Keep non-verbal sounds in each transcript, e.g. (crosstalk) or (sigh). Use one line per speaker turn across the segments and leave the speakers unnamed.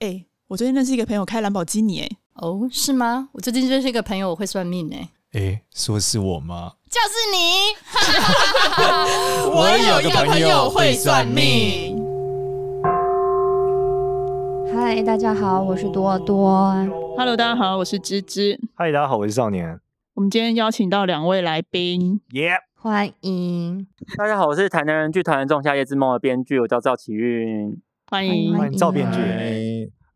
哎、我最近认识一个朋友开兰博基尼、哎，
哦，是吗？我最近认识一个朋友，我会算命哎、
诶，说是我吗？
就是你。
我有个朋友会算命。
嗨，大家好，我是多多。
Hello，大家好，我是芝芝。
嗨，大家好，我是少年。
我们今天邀请到两位来宾，
耶、
欢迎，
大家好，我是台南人剧团《仲夏夜之梦》的编剧，我叫赵启
(laughs)
运。
欢迎。
欢
欢迎赵编剧。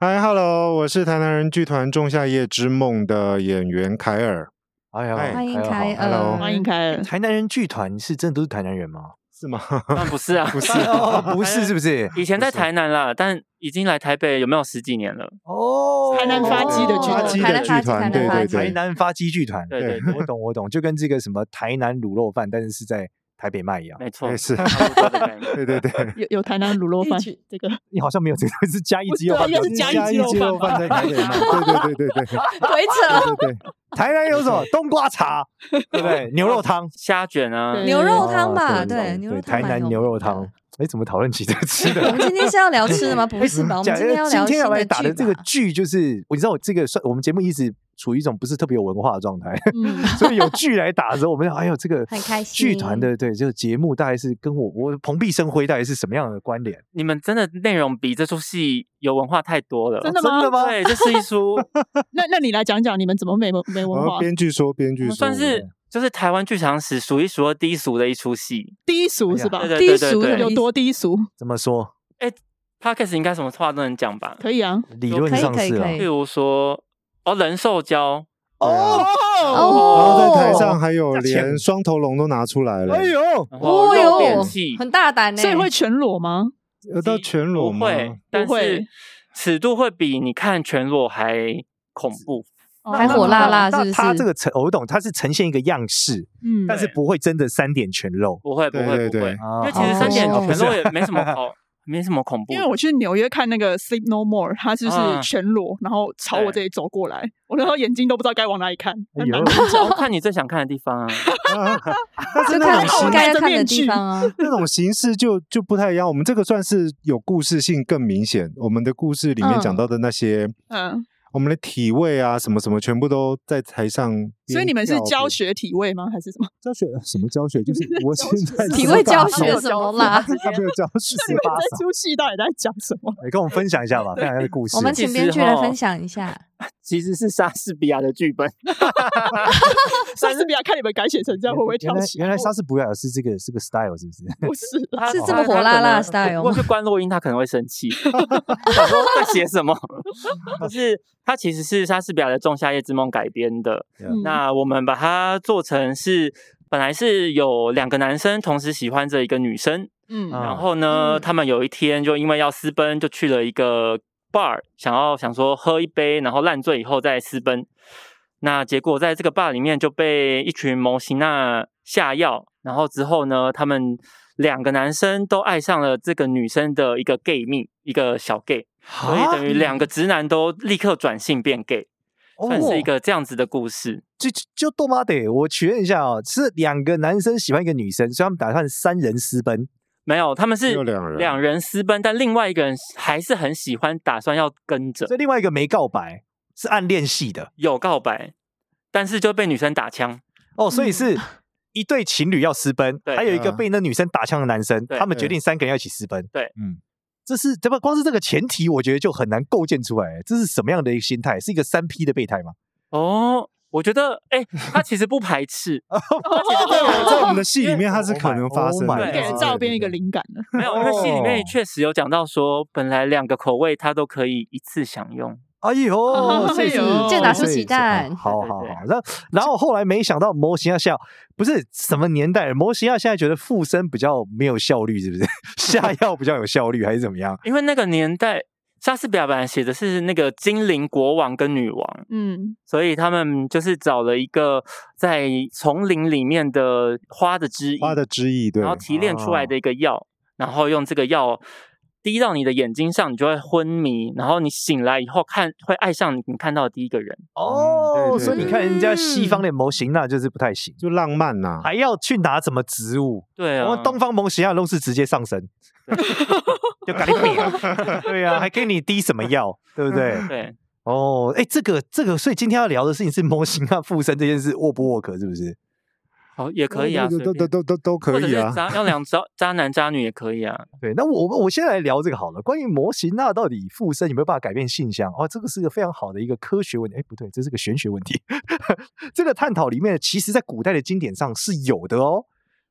嗨嗨，Hello，我是台南人剧团《仲夏夜之梦》的演员凯尔，
哎呀，
嗨
欢迎
凯
凯
尔好
尔
Hello
呃欢迎凯
(laughs)
尔，
台南人剧团是真的都是台南人吗？
是 (laughs) 吗？
当然不是啊，
不是
哦 (laughs) 不是，是不是？
以前在台南啦，但已经来台北有没有十几年了？
哦，
台南发迹的剧团
哦
发迹的剧团，对对
台
对，
南发迹剧团。
对
对
对对，
我懂，我懂，就跟这个什么台南卤肉饭，但是是在台北卖一样。
没错
哎，是
差不多的感觉
(laughs) 对对对，
有有台南卤肉饭
一起
这个，
你好像没有这个，是嘉义鸡肉
我
饭
知道应该
吧，
是嘉义
嘉
鸡
义
肉
鸡肉
饭
饭在台北卖。
对对对对对对
鬼扯！
对对，
台南有什么冬瓜茶， (laughs) 对
(laughs)
不对？牛肉汤，
虾卷啊，
对
哦牛肉汤吧，
嗯哦
对，牛肉汤
台
蛮
南
有
牛
名
肉
的
汤。。哎，怎么讨论起这个吃的
我？们今天是要聊吃
(laughs)
的吗？不是吧？我们
哎讲
今天要聊
啊今天
新
要来
的
打
剧
的这个
吧。
剧，就是我知道我这个算我们节目一直处于一种不是特别有文化的状态，
嗯，
(laughs) 所以有剧来打的时候，我们哎呦这个
很开
剧团
心
的对这个节目大概是跟我我蓬荜生辉大概是什么样的关联？
你们真的内容比这出戏有文化太多了。
真
哦
的吗？
对，这是一
(laughs)
出
那那你来讲讲你们怎么没文没
然
文
后
化？
编剧说，编剧说，
算是就是台湾剧场史数一数二低俗的一出戏。
低俗是吧？
对对对对
低俗
对
有多低俗？
怎么说？
Podcast 应该什么话都能讲吧？
可以啊，
理论
可以
上
可以
是啊
可，以
例如说，哦，人兽交，
哦，
(laughs) 哦
然后在台
哦
上还有连双头龙都拿出来了
哎，呦，
然后
哦
肉变
哟
戏，，
很大胆呢。
所以会全裸吗？
有到全裸
不
吗？ (laughs)
会，但
会
是尺度会比你看全裸还恐怖。
哦还火辣
哦
辣
那
是不
他这
是？
个呈我懂，它是呈现一个样式，
嗯，
但是不会真的三点全露。
不会，不
对
会，
对
不会，
对，
因
因为其实
哦
三点
哦
全裸也没什么
(laughs)
好，没什么恐怖。
因为我去纽约看那个《Sleep No More》，他就是
啊
全裸，然后朝我这里走过来，我那时候眼睛都不知道该往哪里看，
哎
很
(laughs)
难
呦
过。
想要看你最想看的地方啊，
但是
就
那
看
种
应
形
该要
戴着
看的
面具
地方
(laughs)
啊。
那种形式就就不太一样，我们这个算是有故事性更明显，我们的故事里面讲
嗯
到的那些。
嗯，
我们的体位啊，什么什么，全部都在台上边跳。
所以你们是教
边
学体位吗？还是什么？ (laughs)
教学什么教学？就是我现在
体位教
没
学
有
什
教
么
过
啊
啦？
(laughs) 他没有教学
那你们这出戏到底在讲什
(laughs)
么？
哎
你跟我们分享一下吧，分享一下故事。
我们
其
请编
实
剧来
哈
分享一下。
其实是莎士比亚的剧本。
莎士比亚看你们改写成这样，会不哦会跳
原来
起来？
原来莎士比亚是这个是个 style 是不是？
不是
(laughs)
啦，
他
是这
他
么火
他
辣
可
辣
能
style
如果去关录音，他可能会生气，想说在写什么。就是它其实是莎士比亚的《仲夏夜之梦》改编的，
嗯
那我们把它做成是。本来是有两个男生同时喜欢着一个女生，
嗯
啊
然后呢，
嗯
他们有一天就因为要私奔，就去了一个 bar，想要想说喝一杯，然后烂醉以后再私奔。那结果在这个 bar 里面就被一群摩西娜下药，然后之后呢，他们两个男生都爱上了这个女生的一个 gay 蜜，一个小 gay，所以等于两
啊
个直男都立刻转性变 gay，算
哦
是一个这样子的故事。
就就多妈的，我确认一下哦，是两个男生喜欢一个女生，所以他们打算三人私奔。
没有，他们是
有两人
两人私奔，但另外一个人还是很喜欢，打算要跟着
所。以另外一个没告白，是暗恋系的
有告白，但是就被女生打枪。
哦，所以
(laughs)
是一对情侣要私奔，
嗯对
还有一个
嗯
被那女生打枪的男生，
对
他们决定三个人要一起私奔。
对，
嗯，这是怎么光是这个前提，我觉得就很难构建出来。欸这是什么样的一个心态？是一个三 P 的备胎吗？
哦，我觉得，哎、他其实不排斥， (laughs)
在我们的戏里面，它是可能发生
Oh my-
的。
对
给
啊
人
对
照编一个灵感了。
没有，因为戏里
哦
面确实有讲到说，本来两个口味他都可以一次享用。
哎
哦
呦，所以是
哎呦
这哪出
所以
奇
是
蛋
啊好
对对
好好
对，
然后然后后来没想到模型要笑，不是什么年代，模型要现在觉得附身比较没有效率，是不是？ (laughs) 下药比较有效率还是怎么样？
因为那个年代，莎士比亚本来写的是那个精灵国王跟女王，
嗯，
所以他们就是找了一个在丛林里面的花的枝，
花的，枝意，对
然，后提炼出来
哦
的一个药，然后用这个药滴到你的眼睛上，你就会昏迷，然后你醒来以后看会爱上你看到的第一个人。
嗯
哦，
对对
所以你看人家西方
嗯
的模型那就是不太行，
就浪漫呐、
还要去拿什么植物？
对啊，
我们东方模型啊都是直接上
(laughs)
身，就赶紧比啊，对啊，还给你滴什么药，对不
嗯
对？
对
哦，哎，这个这个，所以今天要聊的事情是模型啊附身这件事 work 不 work 是不是？
好也可以啊，
都
随
都
便
都都都都可
或者
以
是
啊。
渣要两渣渣男渣女也可以啊。
对，那我们我先来聊这个好了。关于模型啊，到底附身有没有办法改变性向？哦，这个是个非常好的一个科学问题。哎，不对，这是个玄学问题。 (laughs) 这个探讨里面，其实在古代的经典上是有的哦。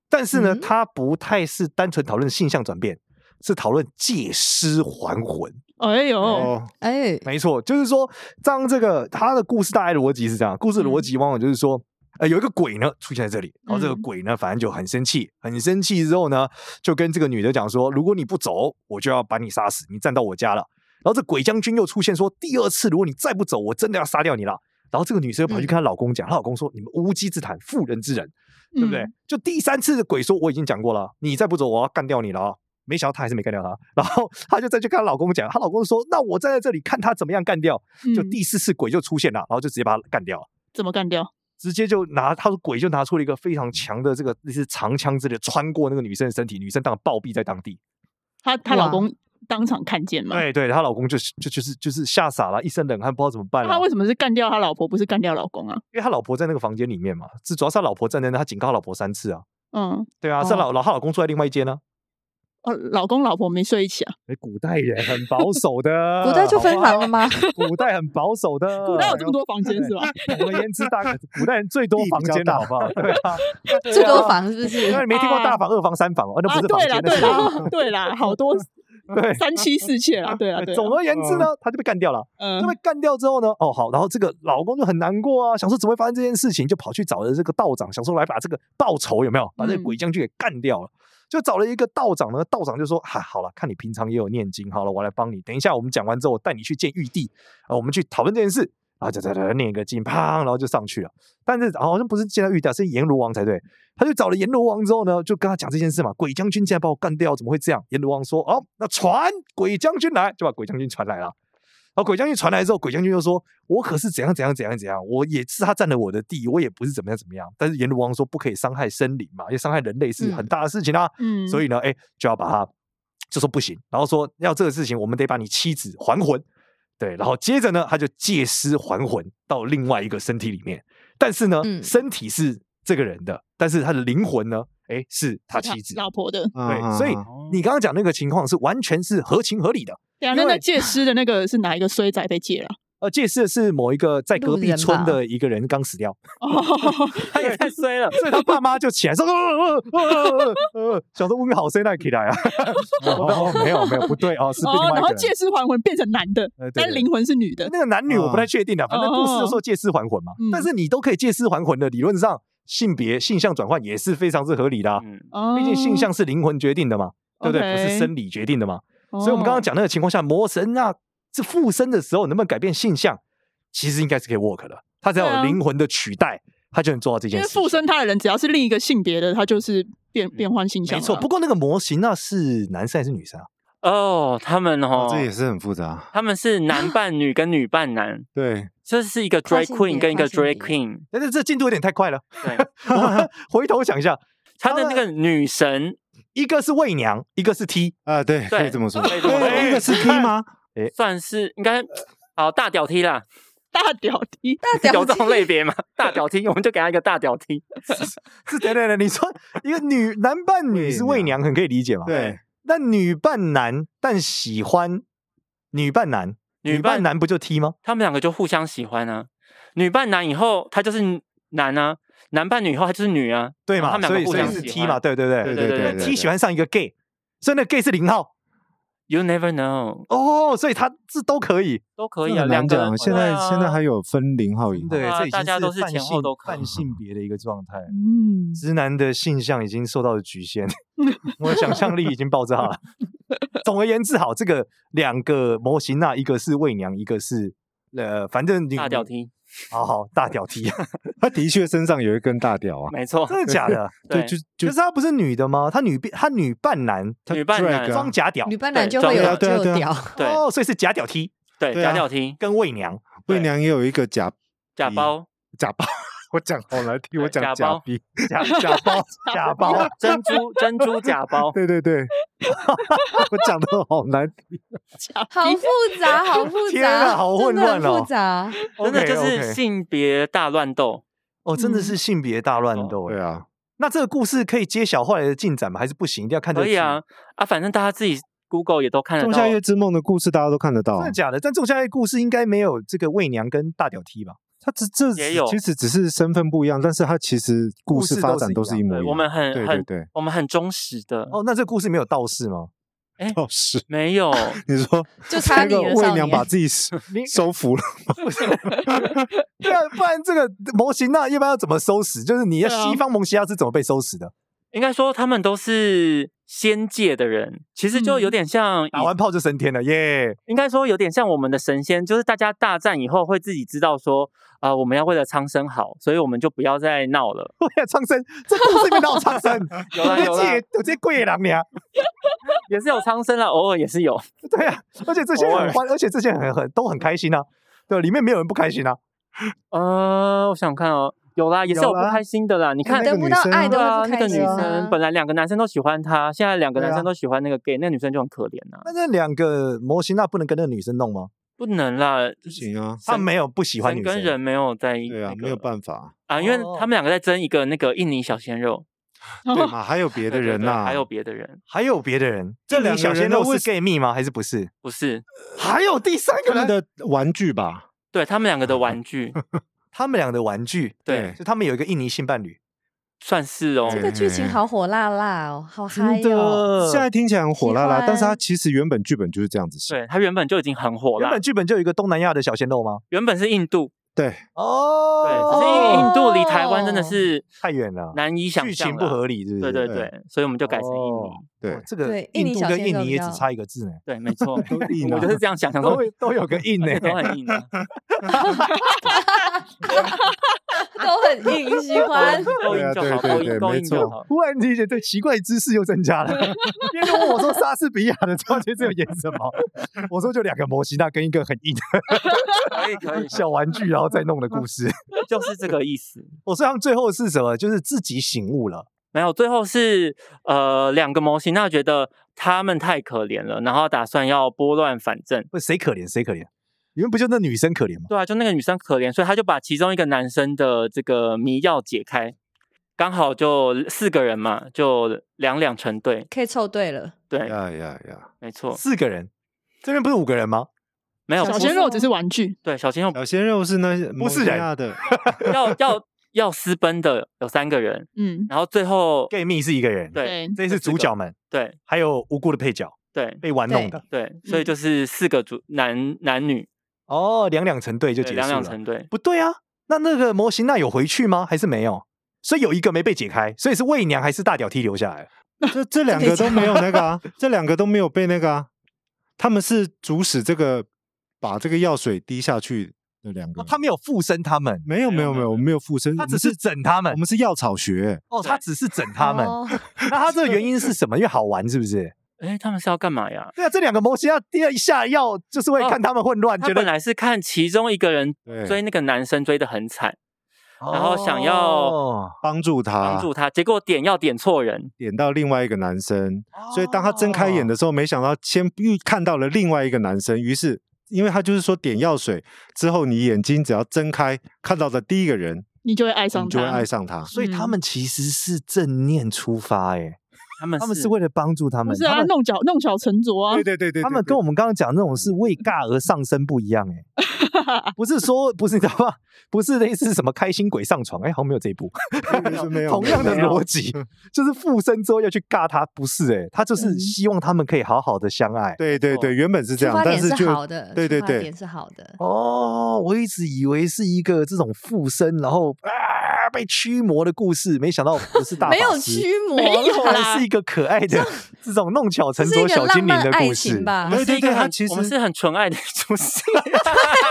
但是呢，
嗯
它不太是单纯讨论性向转变，是讨论借尸还魂。
哎呦，
哦，
哎，
没错，就是说，当这个他的故事大概逻辑是这样，故事的逻辑往往就是说，呃，有一个鬼呢出现在这里，然后这个
嗯
鬼呢，反正就很生气，很生气之后呢，就跟这个女的讲说，如果你不走，我就要把你杀死，你站到我家了。然后这鬼将军又出现说，第二次如果你再不走，我真的要杀掉你了。然后这个女生又跑去跟她老公讲，她、老公说：“你们无稽之谈，妇人之仁，对不对？”就第三次的鬼说：“我已经讲过了，你再不走，我要干掉你了啊。”没想到她还是没干掉他，然后她就再去跟她老公讲，她老公说：“那我站在这里看她怎么样干掉。”
嗯
就第四次鬼就出现了，然后就直接把他干掉了，
怎么干掉？
直接就拿他说鬼就拿出了一个非常强的这个类似长枪之类的，穿过那个女生的身体，女生当场暴毙在当地。
她她老
哇
公当场看见嘛？
对对，她老公就是就就是就是吓傻了，一身冷汗，不知道怎么办
那
了啊
他。为什么是干掉他老婆，不是干掉老公啊？
因为她老婆在那个房间里面嘛，是主要是她老婆站在那，她警告她老婆三次啊。
嗯，
对啊，是
哦
老老她老公住在另外一间呢、
哦，老公老婆没睡一起啊？
哎，古代人很保守
(laughs)
的，
古代就分
好不好啊
房了吗？
古代很保守的，
古代有这么多房间
(laughs)
是吧？
我们言之大概，古代人最多
地比
房
较
间
大
了，好不好？ (laughs) 对啊，对
最多
啊
房是不
那
是？
你没听过大房、二房、三房哦，那不
啊，
是
对
房间，
啦，
那
对
是
啦，啊对
(laughs)
啦，好多
对
三妻
(laughs)
四妾啦，对啊啦，对
对
啦，
总而言之呢，他就被干掉了。
嗯
就被干掉之后呢，哦好，然后这个老公就很难过啊，想说怎么会发生这件事情，就跑去找了这个道长，想说来把这个报仇有没有，把这个
嗯
鬼将军给干掉了。就找了一个道长呢，道长就说：“啊，好了，看你平常也有念经，好了，我来帮你。等一下我们讲完之后，我带你去见玉帝，啊，我们去讨论这件事。”然后就哒哒哒念一个经，砰，然后就上去了。但是好像不是见到玉帝啊，是阎罗王才对。他就找了阎罗王之后呢，就跟他讲这件事嘛，鬼将军竟然把我干掉，怎么会这样？阎罗王说：“哦，那传鬼将军来，就把鬼将军传来了。”然后鬼将军传来之后，鬼将军就说：“我可是怎样怎样怎样怎样，我也是他占了我的地，我也不是怎么样怎么样。”但是阎罗王说不可以伤害生灵嘛，因为伤害人类是很大的事情啊。
嗯，
所以呢，哎，就要把他就说不行，然后说要这个事情，我们得把你妻子还魂。对，然后接着呢，他就借尸还魂到另外一个身体里面，但是呢，
嗯
身体是这个人的，但是他的灵魂呢，哎，是他妻子。
嗯老婆的，
对，所以
啊
你刚刚讲那个情况是完全是合情合理的。
对啊，
因
那那
为
借尸的那个是哪一个衰仔被
(laughs)
借了？
呃，借尸的是某一个在隔
路
壁
人
村
吧
的一个人刚死掉，
哦，
他也太衰了， (laughs)
所以他爸妈就起来说，呃呃呃呃，想说问好谁来起来啊？ (laughs)
嗯
哦，没有没有，不对哦，是另
哦，
外
然
一个
后
人
借。尸还魂变成男的
呃对，
但
对
灵魂是 (laughs) 女的。
那个男女我不太确定啊，反正故事就
哦
说借尸还魂嘛。
嗯
但是你都可以借尸还魂的，理论上性别性向转换也是非常之合理的啊，
嗯，
哦，
毕竟性向是灵魂决定的嘛，对不对？不
OK
是生理决定的嘛。
哦，
所以我们刚刚讲那个情况下，魔神啊，这附身的时候能不能改变性向，其实应该是可以 work 的。他只
对
要有
啊
灵魂的取代，他就能做到这
因
件
为
事。嗯
附身他的人只要是另一个性别的，他就是变变换性向
没
了。
错，不过那个模型那是男生还是女生啊？
哦，他们
哦
哦，
这也是很复杂。
他们是男扮女跟女扮男，
对，
这是一个
跨
drag
性
queen
别
跟一个
跨性
drag
别
queen，
但是这进度有点
(laughs)
太快了，
对，
我们回头想一下，
他的那个女神
一个是媚娘，一个是 T，
啊，对，可以
对
这么说。
可以这么
说
对一个是 T 吗？
算是应该好大屌 T 啦，
大屌低，
(laughs) 大
(laughs)
有
屌
这
丝
种类别吗？大屌 T，我们就给他一个大屌 T。
是等等等，你说一个女男扮女是媚娘，很可以理解嘛？
对，
那女扮男，但喜欢女扮男，
女
女扮
扮
男不就 T 吗？
他们两个就互相喜欢啊。女扮男以后，他就是男啊；男扮女以后，他就是女啊。
对
然后
嘛
他？们
所
两
以
个互
所以
相
是
喜
T
欢
嘛？。对对对
对
对对
对
对
那
对
T 喜欢上一个 gay，所以那个 gay 是零号
You never know，
哦，所以他这都可以。
都可
可
以啊。两
难
个人
讲。现在
对啊
现在还有分零号以后。
对，
啊
这已经
大家都是
半
前后
性
都可
半
以
性别的一个状态。
嗯，
直男的性向已经受到了局限，我的想象力已经爆炸了。总而言之，好，这个两个模型啊，一个是媚娘，一个是呃，反正你
大屌，踢，
好
(laughs)
好大屌踢， (laughs)
他的确身上有一根大屌啊，
没错，
真的假的？
就
(laughs) 对
就
可
就是
她不是女的吗？她女她女扮男，
他
女扮男
drag 啊
装假屌
女扮男就
对
会有
对啊
就
对啊
有
对啊
屌，
对
哦，所以是假屌踢
对，
对
假
啊
屌踢、
跟魏娘
魏娘也有一个假
假
嗯
包、
假包，我讲好难听，我
对
讲
假
假
包
逼，，
假假包假 (laughs) 包，
(laughs) 珍珠、珍珠假包
(laughs)
对对对， (laughs) 我讲的好难听，
好复杂，好复
天啊
杂，
好
真
混
的很
乱哦
复杂，
真的就
OK，OK
是性别大乱斗。
哦，真的是性别大乱
哦
斗哎
对。啊，
那这个故事可以揭晓后来的进展吗？还是不行？一定要看这个
可以啊
剧，
啊，反正大家自己 Google 也都看得
《仲夏夜
到。
之梦》的故事大家都看得
嗯
到
真
啊
的，假的？但仲夏夜故事应该没有这个魏娘跟大屌踢吧？
他只这
也
只
有
其实只是身份不一样，但是他其实故
故事
事发
都
展
是
都
一
是
样
一模
对，
一样，
我们很
对对
很
对，
我们很忠实的，
哦，那这个故事没有道士吗？
倒是
没有
你说
(laughs) 就差
那
你
个
了，
魏
少
娘
年。
把自
(laughs)
己收收服了， (laughs)
对啊，不然这个模型那一般要怎么收拾？就是你要
对啊
西方蒙西亚是怎么被收拾的？
应该说他们都是仙界的人，其实就有点像以，
打完炮就升天了耶！
应该说有点像我们的神仙，就是大家大战以后会自己知道说，啊、我们要为了苍生好，所以我们就不要再闹了。
我要苍生，这故事里面哪有苍生？
有啦有啦
这有这贵狼娘，
也是有苍生啦，偶尔也是有。
对啊，而且这些
偶
很
尔
欢，而且这些很很都很开心啊。对，里面没有人不开心啊。
呃，我想想看哦，有啦，也是
有
有不
啦
开心的啦。你看
那
得
个
不到
女生
爱
对
都
啊
会，不
那个
开
女
心啊
生本来两个男生都喜欢她，现在两个
对
男
啊
生都喜欢那个 gay，那女生就很可怜呐、
那这两个模型那不能跟那个女生弄吗？
不能啦，
(laughs) 不行啊，
他没有不喜欢
人
女
跟
生
人，没有在一、那
对啊，没有办法，
啊，因为
哦
他们两个在争一个那个印尼小鲜肉，
哦
对嘛，还有别
(laughs)
的
对对
人
对
呐，
(laughs)
还有别的人，
还有别的人。
这
印尼
两个
小鲜
人呢
肉
为
是
什
gay 蜜吗？还是不是？
不是？
还有第三个
他们
人，
的玩具吧，
对他们两个的
(laughs)
玩具，
他们俩的玩具，
对，
就他们有一个印尼性伴侣。
算是哦
这
这个剧情好火辣辣哦，好嗨哦！
的
现在听起来很火辣辣，
喜欢
但是它其实原本剧本就是这样子写，
对他原本就已经很火
原
了，
本剧本就有一个东南亚的小鲜肉吗？
原本是印度，
对，
对，
哦，
只是因为印度离台湾真的是
太远了
难以想
剧
象
情不
啦，
合理，是不是？
对对
对
对，所以我们就改成印尼
哦，
对，
哇这个
对印
印
尼
度
小
跟
鲜
印
肉
尼
比
也只
较
差一个字呢，
对，没错
都硬
我
啊
就是这样想，想
都
说 (laughs)
会都有个印呢 (laughs)
而且。都很硬啊，
都很硬，喜欢。
够硬就
对啊
好，
对
够
对
硬够
没
硬就
错
好。
忽然理解对奇怪的知识又增加了。因为问我说莎士比亚的这些这个演什么，我说就两个摩西娜跟一个很硬
可以可以
的，小玩具，然后再弄的故事。
就是这个意思。
(laughs) 我说他们最后是什么？就是自己醒悟了。
没有，最后是呃两个模型，那觉得他们太可怜了，然后打算要拨乱反正。
不，谁可怜谁可怜？你们不就那女生可怜吗？
对啊，就那个女生可怜，所以他就把其中一个男生的这个迷药解开，刚好就四个人嘛，就两两成对。
可以凑对了，
对，
呀呀呀，
没错，
四个人，这边不是五个人吗？
没有
小
不
鲜
是
肉只是玩具，
对小鲜肉
小鲜肉是那些
不是人
蒙西
(laughs)
亚的，
要要要私奔的有三个人，
嗯，
然后最后
gay 蜜是一个人，
对，
这是主角们，
对
还有无辜的配角
对
被玩弄的。
嗯
对，所以就是四个主男男女
哦，两两成对就
对
结束了。
两两成对，
不对啊，那那个模型那有回去吗？还是没有？所以有一个没被解开，所以是魏娘还是大屌 T 留下来了？
这这两个都没有那
(laughs)
个啊，这两个都没有被那个啊，他们是主使这个把这个药水滴下去的两个
哦，他没有附身他们，
没有没有没有，我们没有附
(laughs)
身，
他
我
只
们
嗯是整他们
我。们是药草学，
哦，他只是整他们。
哦
那他这个原因是什么？因为好玩是不是？
哎，他们是要干嘛呀？
对啊，这两个模型要第二下药，就是为
哦
看他们混乱，
他
觉
本
得
来是看其中一个人
对
追那个男生追得很惨，然后想要
哦
帮助他
帮助他，结果点要点错人，
点到另外一个男生，所以当他睁开眼
哦
的时候，没想到先遇看到了另外一个男生，于是因为他就是说点药水之后，你眼睛只要睁开看到的第一个人，
你就会爱
你
上
就会
他
爱。上他。
所以他
嗯
们其实是正念出发，哎，
他们
他们是为了帮助他
不
们，
是
他
啊，
们
弄巧弄巧成拙啊 (laughs)
对，对对对，
他们跟我们刚刚讲的那种是
嗯
为尬而上身不一样哎、不是说 (laughs) 不是你知道吧？不是类似什么开心鬼上床哎、好像没有这一部， (laughs)
就是没有
同样的
没有
逻辑，就是附身之后要去尬他，不是哎、他就是希望他们可以好好的相爱。
对对对，原本是
出
这样，
发
但
点
是
是
就
好的，
对对
出发
对
点，是好的。
哦，我一直以为是一个这种附身，然后啊被驱魔的故事，没想到不是
(laughs)
大
没有
法师
驱魔，
没有
它
啦
是一个可爱的这种弄巧成
这是
拙
一
小
个浪
精灵
漫
的
爱
故事
情。吧？
对对
是一个
对，他
很
其实
我们是很纯爱的 (laughs)
(laughs)
出戏。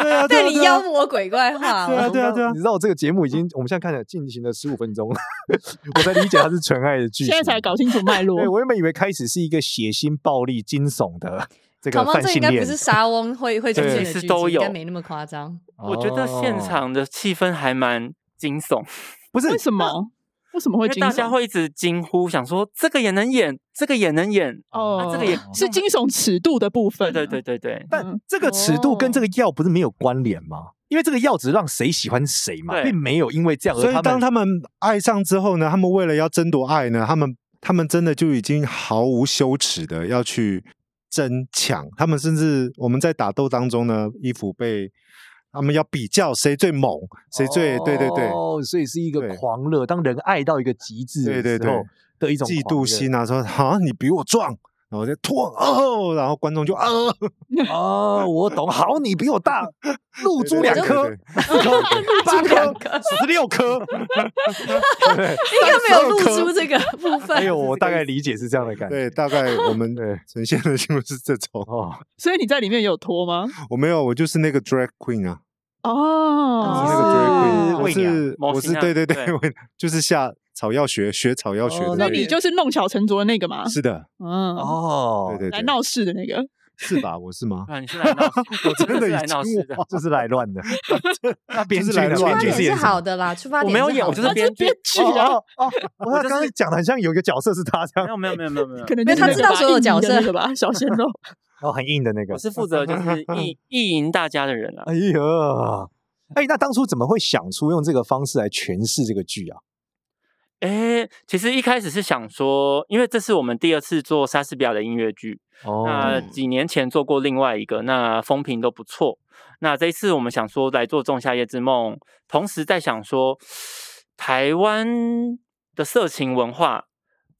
对啊，
对
啊
你
啊
妖魔鬼怪化
对
了，
啊，对啊，对啊
你，知道这个节目已经，我们现在看了进行了十五分钟， (laughs) 我才理解它是纯爱的剧情。
现在才搞清楚
(laughs)
脉络
对，。我原本以为开始是一个血腥、暴力、惊悚
(laughs)
的这个
搞不好
泛
这应
性
该
恋
不，是沙翁会会出
对
现
其
的
实
剧情，
都
应该
有
没那么夸张。
我觉得现
哦
场的气氛还蛮惊悚，
不是
为什么？为什么
因
会
为
惊
大
悚
家会一直惊呼，想说这个也能演，这个也能演。
哦，
啊这个也
是惊悚尺度的部分
对
啊。
对对对对，
但
嗯
这个尺度跟这
哦
个药不是没有关联吗？因为这个药只是让谁喜欢谁嘛，
对
并没有因为这样
所
而
以当
他们
他们爱上之后呢，他们为了要争夺爱呢，他们他们真的就已经毫无羞耻的要去争抢，他们甚至我们在打斗当中呢，衣服被他们要比较谁最猛，谁最、对对对
哦，所以是一个
对
狂热。当人爱到一个极致
对
的
对
时
对
候的一种
嫉
狂热
妒心啊，说好你比我壮，然后就拖哦，然后观众就啊，
哦，我懂，好，你比我 (laughs) 大，露珠两颗
对对对对，
四
(laughs)
颗，八颗，十六颗，
应该没有露出这个部分。
哎呦，我大概理解是这样的感觉。
对，大概我们
对
呈现的新闻是这种。
哦，
所以你在里面有脱吗？
我没有，我就是那个 drag queen 啊，
哦，
我是那个 drag queen，我啊
喂鸟
是
模
我
型
是
啊
对对
对
对，喂就是下草药学学草药学
哦
的
那
那
你
个，
就是弄巧成拙的那个嘛？
是的，
嗯，
哦，
对对
来
对，
闹事的那个。
是吧？我是吗？
啊，你是来闹事，
(laughs) 我真
是
的
来
已
闹
经
事的。
忘
就是来乱的。那编剧
就是来
呢
乱
出发
编
的
剧
点
是演
是
什么
好的啦，出发
我
点
没有
是
演，
好
我就
的
是编剧。
去啊
哦哦，我他
我就是
刚才讲的很像有一个角色是他这
没
样，
有哦没有没有没有没有
可，能
没
就
有
是
他
那个
知道
吧
所有
印尼的
角色
那个吧，小鲜
(laughs)
肉。
哦，很硬的那个
我。是负
(laughs)
责就是意意淫大家的人啊。
哎呀，哎，那当初怎么会想出用这个方式来诠释这个剧啊？
诶，其实一开始是想说，因为这是我们第二次做莎士比亚的音乐剧，那
哦，
几年前做过另外一个，那风评都不错。那这一次我们想说来做《仲夏夜之梦》，同时在想说，台湾的色情文化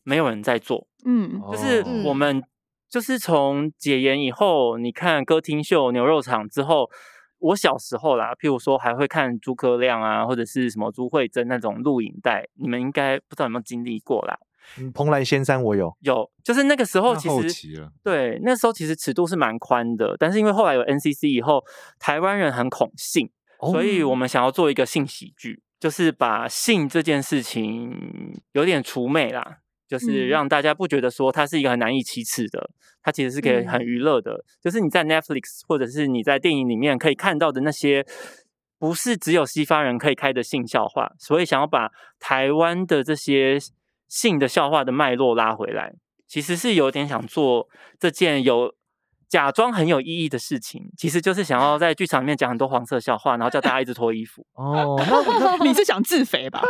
没有人在做，
嗯，
就是
哦
我们就是从解严以后，你看歌厅秀、牛肉场之后，我小时候啦，譬如说还会看诸葛亮啊，或者是什么朱慧珍那种录影带，你们应该不知道有没有经历过啦。
嗯蓬莱仙山我有，，
有，就是那个时候
太
其
好
实
奇了，
对，那时候其实尺度是蛮宽的，但是因为后来有 NCC 以后，台湾人很恐性，所以我们想要做一个性喜剧，就是把性这件事情有点除魅啦，就是
嗯
让大家不觉得说它是一个很难以启齿的，它其实是可以很娱乐的，就是你在 Netflix 或者是你在电影里面可以看到的那些。不是只有西方人可以开的性笑话，所以想要把台湾的这些性的笑话的脉络拉回来。其实是有点想做这件有假装很有意义的事情，其实就是想要在剧场里面讲很多黄色笑话，然后叫大家一直脱衣服
哦，
(laughs)
那
你是想自肥吧？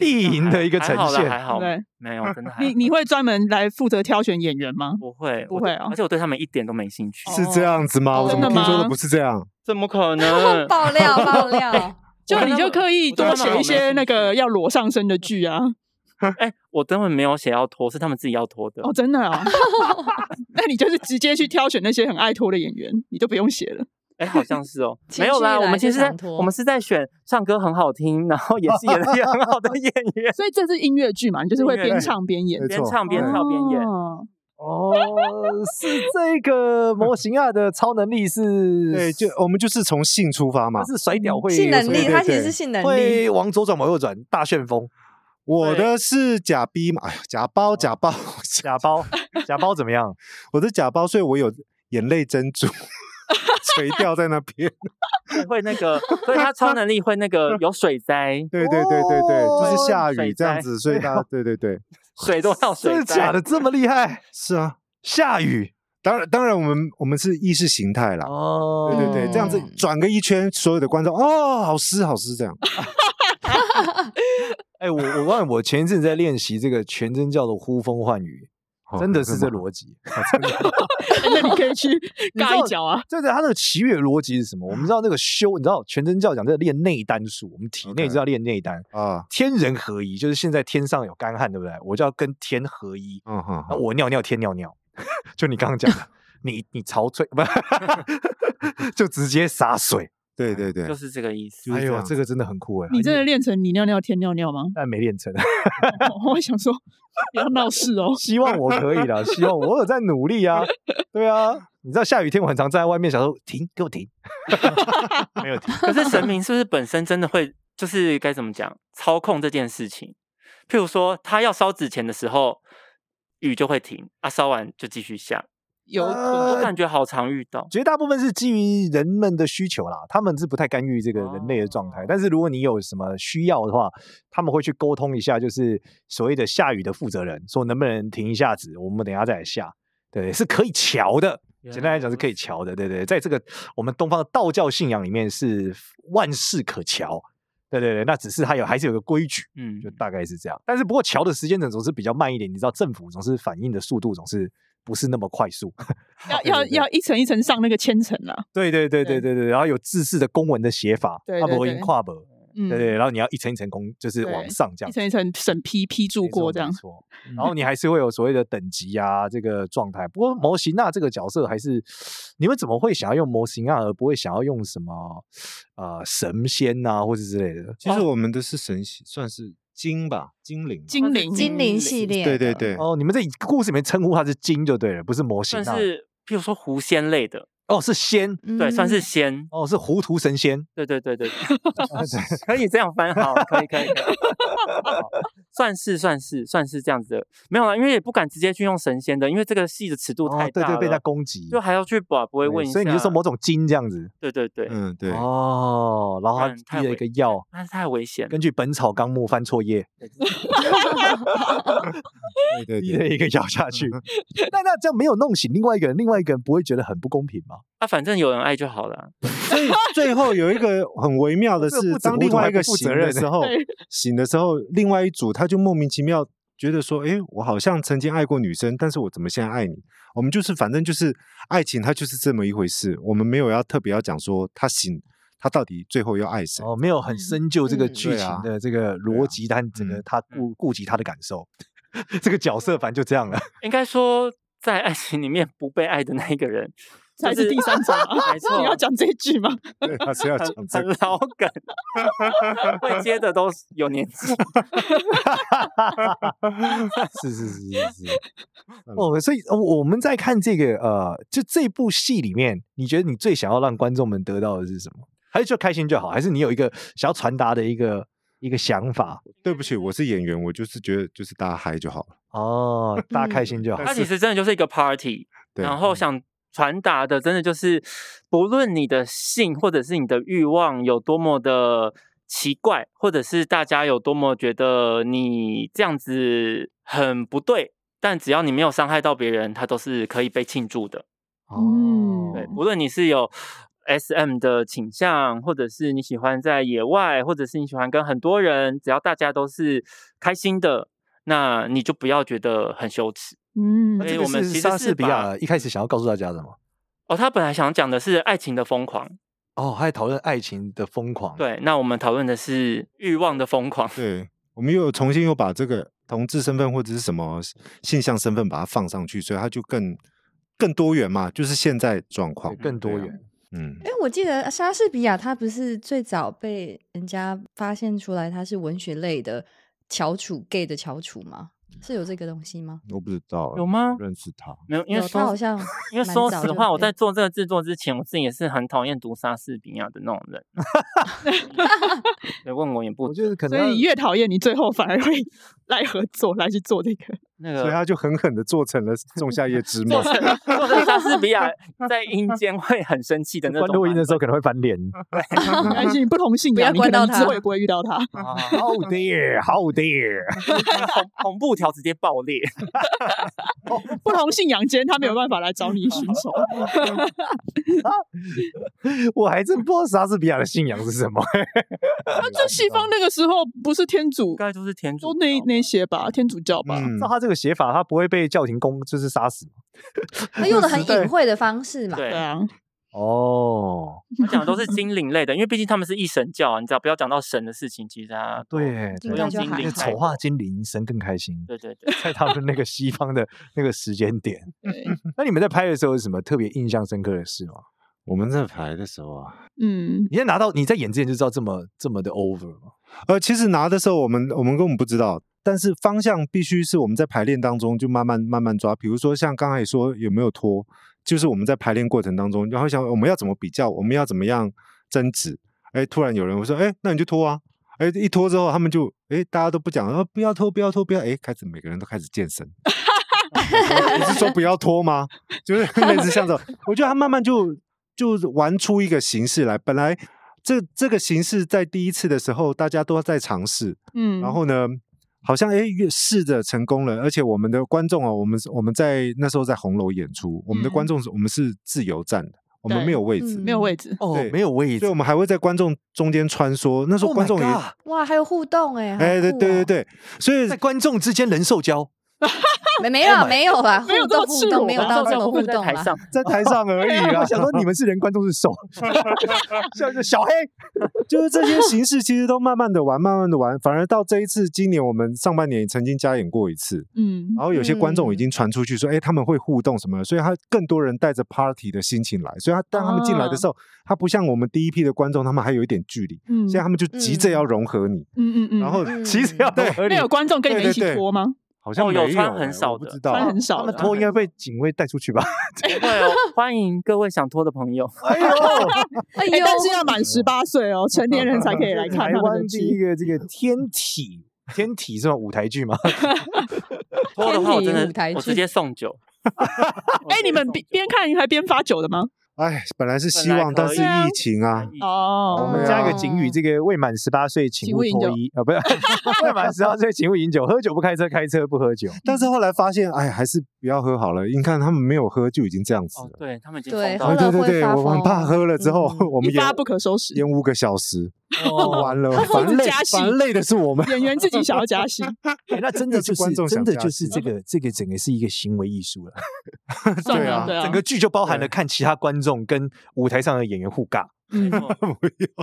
意淫的一个呈
还好啦还
现，
好，
对
没有真的
(laughs)
还
你你会专门来负责挑选演员吗？
不会
不
我
会
对
哦
而且我对他们一点都没兴趣，
哦
是这样子吗？我怎
真的
么听说
吗
的不是这样？
怎么可
(laughs)
能？
爆料爆料，
就
我
你
真的
就刻意
我
多
真的蛮
写
有
一些那
兴
个
趣
要裸上身的剧啊！
哎，我根本没有写要脱，是他们自己要脱的
哦，。真的
(laughs)
啊、 (laughs) 那你就是直接去挑选那些很爱拖的演员，你都不用写了。，
哎，好像
(laughs)
是哦，
情
没有
绪
啦，
一
我
来
们
就
其实在
想脱
我们是在选唱歌很好听，然后也是演的也
(laughs)
很好的演员
所以这是音乐剧嘛，你就是会边唱边演
没，
边
错
唱边跳边演。
哦 (laughs)
哦，是这个模型啊的超能力
(laughs)
是，
对，就我们就是从性出发嘛
他。是
嗯
甩屌会
性能
对
力，
对
他其
对
实是性能力。
会往左转往右转，大旋风，
我
对
的是假逼嘛，哎呀假包假包假，
假包，假包怎么样？
我的假包，所以我有眼泪
(laughs)
珍珠垂掉在那边。
会那个，所以他超能力会那个有水灾，
对对对对对，
哦
就是下
水
雨这样
灾
子，所以大家对对
(laughs)
对，
水 (laughs) 都要水
真的
灾。
假的这么厉害？
是啊。
下雨
当然当然，我们我们是意识形态啦，
哦
对对对，这样子转个一圈，所有的观众哦，好湿好湿这样。
哎、我我忘了，我前一阵子在练习这个全真教的呼风唤 (laughs) 雨， (laughs) 真
哦
的哦是这逻辑。
那你可以去
知道
尬一脚啊！
对对，它的起源逻辑是什么？我们知道那个修，你知道全真教讲这个练内丹术，我们体内
OK
就要练内丹
啊，
天人合一，就是现在天上有干旱，对不对？我就要跟天合一，
嗯哼
那
哼，
我尿尿天尿尿， (laughs) (laughs) 就你刚刚讲的，你你潮吹不，就直接洒水，
对对对，
就是这个意思。
就是
哎
这
呦，
样
这个真的很酷哎！？
你真的练成你尿尿天尿尿吗
但没练成，
我会想说，不要闹事哦。
希望我可以啦，希望我有在努力啊。对啊，你知道下雨天我很常站在外面，想说停，给我停，没有停。
可是神明是不是本身真的会，就是该怎么讲，操控这件事情？譬如说，他要烧纸钱的时候，雨就会停啊，烧完就继续下。
有可
啊
呃
我
能
感觉好常遇到，
绝大部分是基于人们的需求啦，他们是不太干预这个人类的状态。但是如果你有什么需要的话，他们会去沟通一下，就是所谓的下雨的负责人，说能不能停一下子，我们等一下再来下。对，是可以瞧的。
原
简单来
来
讲是
如
可以
此
瞧的，对对，在这个我们东方的道教信仰里面是万事可瞧，对对对，那只是它有还是有个规矩，
嗯
就大概是这样。但是不过瞧的时间总总是比较慢一点，你知道政府总是反应的速度总是不是那么快
(laughs)
速，
要要要一层一层上那个千层啊啦。
对对对对
对
对对，然后有字式的公文的写法，
对
它
对
不会
对
跨博，
嗯，
对对，然后你要一层一层公，就是
对
往上这样
一。层一层审批批注
没错
过这样
没。错然后你还是会有所谓的等级啊，这个状态。不过摩西娜这个角色还是，你们怎么会想要用摩西娜，而不会想要用什么呃神仙呐、或者之类的？
其实我们的是神奇，算是精吧，精灵吧。
精灵
精灵系列，
对对，对，
哦，你们在故事里面称呼它是精就对了，不是摩西
算
娜。
是譬如说狐仙类的，
哦，是仙，
对，算是
嗯
仙，
哦，是糊涂神仙。
对对对对，对可以这样翻，好，可以可以，可以好算是算是算是这样子的，没有啦，因为也不敢直接去用神仙的，因为这个戏的尺度
哦
太
对
大了，
对，被人家攻击。
就还要去把不会
对
问一下，
所以你就说某种精这样子。
对对对，
嗯 (laughs) 对，
哦，然后
不
他
然太
递了一
危
个药。
那是太危险了
根。据《本草纲目》翻错页，
对
一
对
人
对，
一个咬下去。 (laughs) 那那这样没有弄醒另外一个人，另外一个人不会觉得很不公平吗？
啊，反正有人爱就好了啊。
所以最后有一个很微妙的
这个
是
不，止
当
糊
另
涂
外
还
一个
不负责
醒
任
的时候
对，
醒的时候，另外一组他就莫名其妙觉得说，诶，我好像曾经爱过女生，但是我怎么现在爱你？我们就是反正就是爱情，它就是这么一回事，我们没有要特别要讲说他醒，他到底最后要爱谁。
哦，没有很深究这个
嗯
剧
对
情
啊
的这个逻辑，但整个
嗯
他顾顾及他的感受。 (laughs) 这个角色反正就这样了，
应该说，在爱情里面不被爱的那一个人
才是第
(laughs)
三者嘛
没错
你要讲这一句吗？
对，他是要
很
讲这
很
个。
老梗，会接的都是有
(laughs)
年纪。
是是是是是。哦，所以哦我们在看这个呃，就这部戏里面，你觉得你最想要让观众们得到的是什么？还是就开心就好？还是你有一个想要传达的一个一个想法？
对不起，我是演员，我就是觉得就是大家嗨就好了。
哦，大家开心就好。
它其实真的就是一个 party，
对，
然
嗯
后想传达的真的就是，不论你的性或者是你的欲望有多么的奇怪，或者是大家有多么觉得你这样子很不对，但只要你没有伤害到别人，它都是可以被庆祝的。
嗯
对，
哦
不论你是有 S M 的倾向，或者是你喜欢在野外，或者是你喜欢跟很多人，只要大家都是开心的，那你就不要觉得很羞耻。
嗯
那
那，这
所以
个
我们
是
其实
莎
是
士比
把
亚一开始想要告诉大家的嘛。
哦，他本来想讲的是爱情的疯狂，
哦，还讨论爱情的疯狂。，
对，那我们讨论的是欲望的疯狂。
嗯对，我们又有重新又把这个同志身份或者是什么性向身份把它放上去，所以它就更更多元嘛，就是现在状况
更多。
对啊
元。
嗯，
哎，我记得莎士比亚他不是最早被人家发现出来他是文学类的翘楚，gay 的翘楚吗？是有这个东西吗？
我不知道
有吗
不认识他，
没有，因为
有，他
说
好像
因为
蛮
说
早
实
就
话，我
被
在做这个制作之前，我自己也是很讨厌读莎士比亚的那种人。 (laughs) 对，问我也不
我觉得可
所
能
以
要
你越讨厌，你最后反而会 (laughs) 来合作来去做这
(laughs)
个。
那
所
啊
以
个
他就狠狠的做成了《仲夏夜之梦
做》成做成莎士比
(laughs)
亚在阴间会很生气的那
关
种
录音
版
的时候可能会翻脸。
没关系，你不同信
不
仰，
要
你可
关
能
到
之
他
后也不会遇到他。
啊
(laughs) How dare! How dare!
红红布条直接爆裂。
不同信仰间，他没有办法来找你寻仇。
(laughs) 我还真不知道莎士比亚的信仰是什么。
那就西方那个时候不是天主
应，该就是天主
都那
教吧
那些吧，天主教吧。
嗯
(laughs) 照他这个写法，他不会被教廷公就是杀死吗
他用的
(laughs)
很
时代
隐晦的方式嘛。
对
对，啊，
哦，
他讲的都是精灵类的，因为毕竟他们是一神教啊，你只要不要讲到神的事情，其实他都
对耶，
都
应
用
该就
精
还
灵
那
好
来
丑化精灵神更开心，
对对对，
在他们那个西方的那个时间点。 (laughs)
对，
那你们在拍的时候有什么特别印象深刻的事吗？
我们在排的时候啊，
嗯，
你在拿到你在演之前就知道这么这么的 over 吗？
呃，其实拿的时候我们我们根本不知道，但是方向必须是我们在排练当中就慢慢慢慢抓。比如说像刚才也说有没有拖，就是我们在排练过程当中，然后想我们要怎么比较，我们要怎么样争执。哎，突然有人会说，哎，那你就拖啊。哎，一拖之后他们就哎大家都不讲，啊不要拖不要拖不要，哎开始每个人都开始健身。你是说不要拖吗？ (laughs) 就是类似像这种，我觉得他慢慢就就玩出一个形式来。本来这这个形式在第一次的时候，大家都在尝试，
嗯，
然后呢，好像哎越试着成功了，而且我们的观众哦，我们我们在那时候在红楼演出，我们的观
嗯
众是我们是自由站的，我们
对
没有位置
嗯。
没有位置，
哦
对
没有位
所以，
置
我。们还会在观众中间穿梭。那时候
Oh my
观众也，
God，
哇，还有互动哎、好
哎，对
酷
对对
哦，
对，所以
在观众之间人兽交，
没没有啊
Oh my-
没有啦，
没有
互
这么
动互
赤裸
动没有
吧
到
这
这
个
么
部
互
分在
动
台
啦。
上，
在台上而已啦
啊我。想说你们是人，观众是 (laughs) 兽，像是小黑，
就是这些形式其实都慢慢的玩，慢慢的玩，反而到这一次，今年我们上半年也曾经加演过一次，
嗯
然后有些观众已
嗯
经传出去说，哎、他们会互动什么的，所以他更多人带着 party 的心情来，所以他当他们进来
哦
的时候，他不像我们第一批的观众，他们还有一点距离，
嗯，
所以他们就急着要融合你，
嗯嗯嗯，
然后
嗯
其实要
对
融合你
那有观众跟你们一起
对对对
脱吗？
好像
哦
没
有
有、
穿
哎
很少
我不
的
知道
穿很少
他
的，啊
们脱应该被警卫带出去吧？
会哦，欢迎各位想拖的朋友。 (laughs)
哎呦，
哎
哎，
呦，
但是要满十八岁哦，成年人才可以来看
台
他们
湾
的
第一
剧。
个这个天体，天体是吗？舞台剧吗？
拖的话，我真
天体舞台
的
剧
我直接
(laughs)
送酒。
哎，你们边边看还边发酒的吗？
哎，本来是希
本来
望，但
可
是
以啊
疫情啊，
哦，
我们 (laughs)
对
加一
啊
个警语，这个未满十八岁请
请
勿
勿饮
脱
酒
衣啊，不是 (laughs) 未满十八岁请勿饮酒，喝酒不开车，开车不喝酒。
但是后来发现，哎，还是不要喝好了。你看他们没有喝就已经这样子
哦
了，，
对他们已经
对
疯
喝
哎
到
了
对对
会
对，
发
我很怕
疯
喝了之后，
嗯
我们
一
演
发不可收拾，
演五个小时， (laughs)
哦，
完了
他，会一
反
直
累
加，戏
反累的是我们。
演员自己想要加戏，
哎那真的
又是
就是
观众
真的
想加
就是
戏
这个这个整个是一个行为艺术了。
算
对
了，
啊
对啊，
整个剧就包含
对
了看其他观众跟舞台上的演员互尬。
嗯
没，错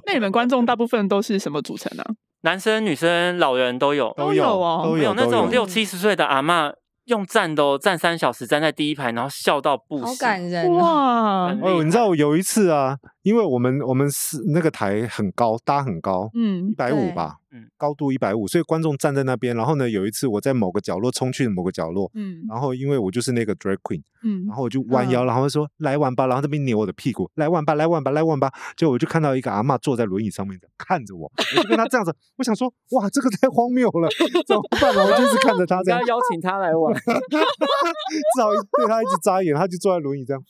那你们观众大部分都是什么组成啊？
男生、女生、老人都有，
都有哦
都
没有
有
那
都
种
有
六七十岁的阿嬷用站的哦站三小时，站在第一排，然后笑到不行。
好感人哦，
哇
很，厉害
哦，你知道我有一次啊，因为我们我们是那个台很高，搭很高，一
嗯
百
对
五吧，
嗯
高度一百五，所以观众站在那边。然后呢，有一次我在某个角落冲去某个角落，
嗯
然后因为我就是那个 drag queen，
嗯
然后我就弯腰，然后说来玩吧，然后这边扭我的屁股，来玩吧，来玩吧，来玩吧。结果我就看到一个阿嬷坐在轮椅上面看着我，我就跟她这样子，我想说哇，这个太荒谬了，怎么办啊？我就是看着她
你
这样
要，邀请他
(laughs)
来玩，
(laughs) 至少对她一直眨眼，她就坐在轮椅这样，哦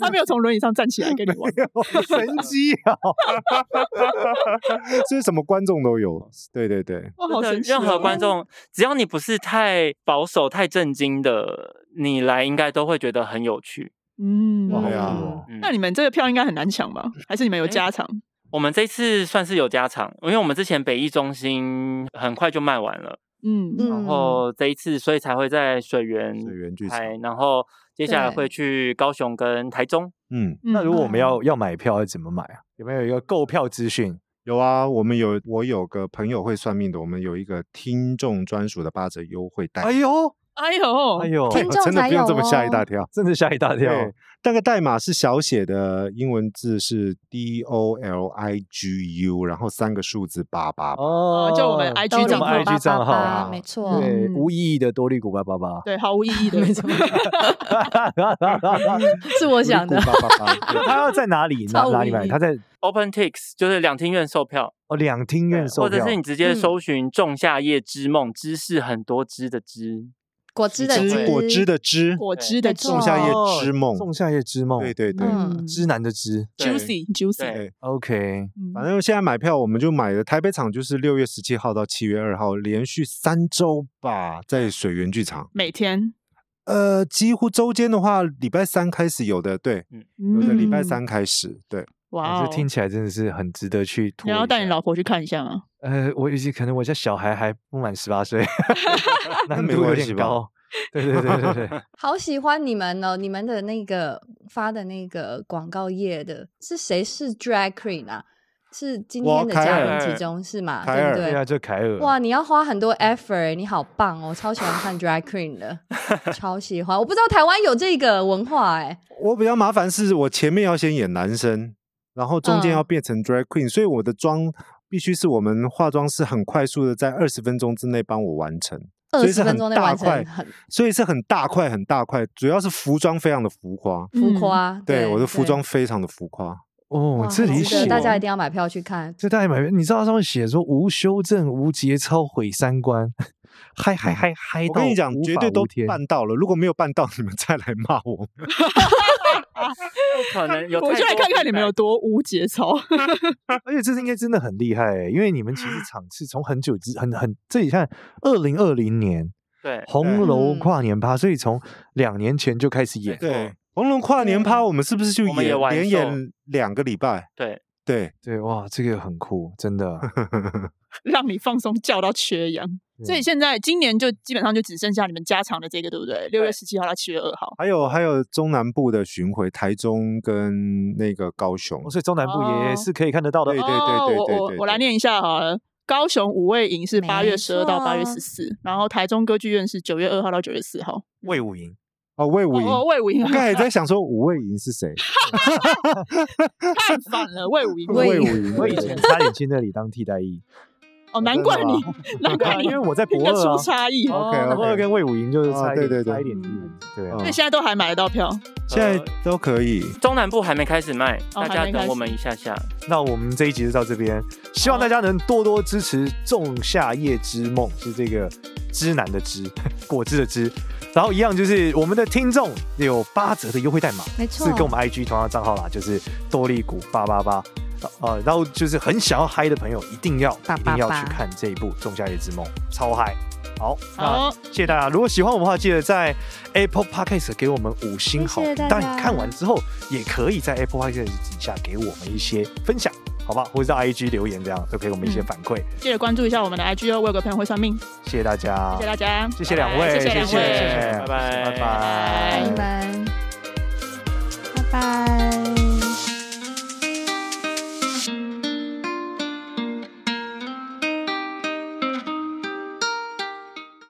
他没有从轮椅上站起来跟你玩，
神机啊！
所以什么观众都有。
哦
对对对，
哇，好
真的
神奇哦！
任何观众，只要你不是太保守、太震惊的，你来应该都会觉得很有趣。
嗯，
哇对
呀
啊
嗯
嗯
那你们这个票应该很难抢吧？还是你们
哎
有加场？
我们这次算是有加场，因为我们之前北艺中心很快就卖完了，
嗯
嗯
然后这一次所以才会在水源
水源剧场
拍，然后接下来
对
会去高雄跟台中。
嗯，
那如果我们
嗯
要要买票，要怎么买啊？有没有一个购票资讯？
有啊，我们有我有个朋友会算命的，我们有一个听众专属的八折优惠代码，
哎呦，
哎呦，
哎呦，
哦听众
真的
才
不用这么
有
吓一大
哦
跳。
真的吓一大跳。哦
对，那个代码是小写的，英文字是 D O L I G U，然后三个数字八八八。
哦
就我们 IG
就我
账
们
号
IG 账号
8888
啊
没错
对，
嗯
无意义的多利古八八八。
对，毫无意义的，没错，
(laughs) 是我想的。
八八八，对
他要在哪里
(laughs)
哪
超无
哪里
意
买？
义
他在
OpenTix 就是两厅院售票，
哦两厅院售
或者
票
是。你直接
嗯
搜寻“仲夏夜之梦”，知是很多知的知。
果汁的
汁
汁，
果汁的汁，
(laughs) 果汁的
没
汁
错
仲夏夜之梦
仲夏夜之梦，
对对对。
嗯，
知男的知。
对
，juicy juicy，嗯
对
OK，
反正现在买票，我们就买了台北场，就是六月十七号到七月二号，连续三周吧，在水源剧场。
每天
呃，几乎周间的话，礼拜三开始有的，对，有
有
的礼拜，三开始，对。
嗯哇
哎这
哦，
听起来真的是很值得去拖
你
一下。
要带你老婆去看一下吗？
呃，我已经可能我家小孩还不满十八
(laughs)
岁，难
没
度有
关
点
系吧
高。对对对 (laughs) 对对对，
好喜欢你们哦！你们的那个发的那个广告页的是谁是 drag queen 啊？是今
哇
天的
凯
家
尔
人其中是嘛？
凯
对
尔
不对
对？啊，就凯尔。
哇，你要花很多 effort，欸你好棒哦！超喜欢看 drag queen
(laughs)
的，超喜欢。我不知道台湾有这个文化哎、
我比较麻烦是我前面要先演男生，然后中间
嗯
要变成 drag queen，、所以我的妆必须是我们化妆师很快速的在二十分钟之内帮我完成，
2
所以
二
是
十分
很
钟内完
大块
成，很
所以是很大块很大块，主要是服装非常的浮夸，
嗯
浮夸、
对我的服
对
装非常的浮夸，
哦
哇，
这
好
里
值得
写
大
哦
家一定要买票去看。
这大家买，你知道上面写说无修正、无节操、毁三观，嗨嗨嗨嗨
我
到
跟你讲
无，
绝
法
对
无
都
天
办到了，如果没有办到，你们再来骂我。
可能有
我
太
就来
多
看看你
地
们
带
有多无节操。 (laughs)
而且这是应该真的很厉害、欸，因为你们其
啊
实场次从很久之很很，这你看二零二零年
对
红楼
嗯
跨年趴，所以从两年前就开始演。
对， (laughs) 红龙跨年趴，我们是不是就
我们也
演
完
连
售
演两个礼拜？
对
对，
对，哇，这个很酷，真
(laughs)
的。
让你放松，叫到缺氧。所以
嗯
现在今年就基本上就只剩下你们加长的这个，对不对？六月十七号到七月二号，
还有还有中南部的巡回，台中跟那个高雄
哦，所以中南部也
哦
是可以看得到的。
对
哦
对对
我
对
我
对
我来
对
念一下好了。高雄五味营是八月
没
十二到八月
错
十四，然后台中歌剧院是九月二号到九月四号。
魏武营，
哦，魏武营。
哦，哦
我
魏
(laughs)
武营
刚才也在想说五魏营是 (laughs) 谁？
太反了，魏武营。
魏
魏武
武
营，
我
魏
以
武营
前差点去那里当替代役，
哦，难怪你， (laughs) 难
对
怪
啊
(laughs)
你
因为
(laughs)
我在
听得
博二
出
啊，
差异。哦
OK
我博二
OK，
跟魏武营就是
哦
差一
对
点，
对对嗯
差一点距离。对啊
所以现在都还买得到票，
现在都可以。
中南部还没开始卖，
哦
大
还
家
没开
等我
始
们一下下。
那我们这一集就到这边，希望大家能多多支持《仲夏夜之梦》，是这个知南的知，果汁的汁。然后一样就是我们的听众有八折的优惠代码，
没
是
错，
跟我们 IG 同样的账号啦，就是多利股八八八。呃，然后就是很想要嗨的朋友，一定要
888
一定要去看这一部《仲夏夜之梦》，超嗨！好，那
好，
谢谢大家。如果喜欢我们的话，记得在 Apple Podcast 给我们五星好评
谢谢。大家
但你看完之后，也可以在 Apple Podcast 底下给我们一些分享，好吧？或者在 IG 留言，这样都给我们一些
嗯
反馈。
记得关注一下我们的 IG 哦。我有个朋友会算命，
谢谢大家，
谢谢大家，
谢谢两
拜拜
位，
谢谢两
谢谢
位。
拜拜
拜
拜
拜。
拜，拜拜。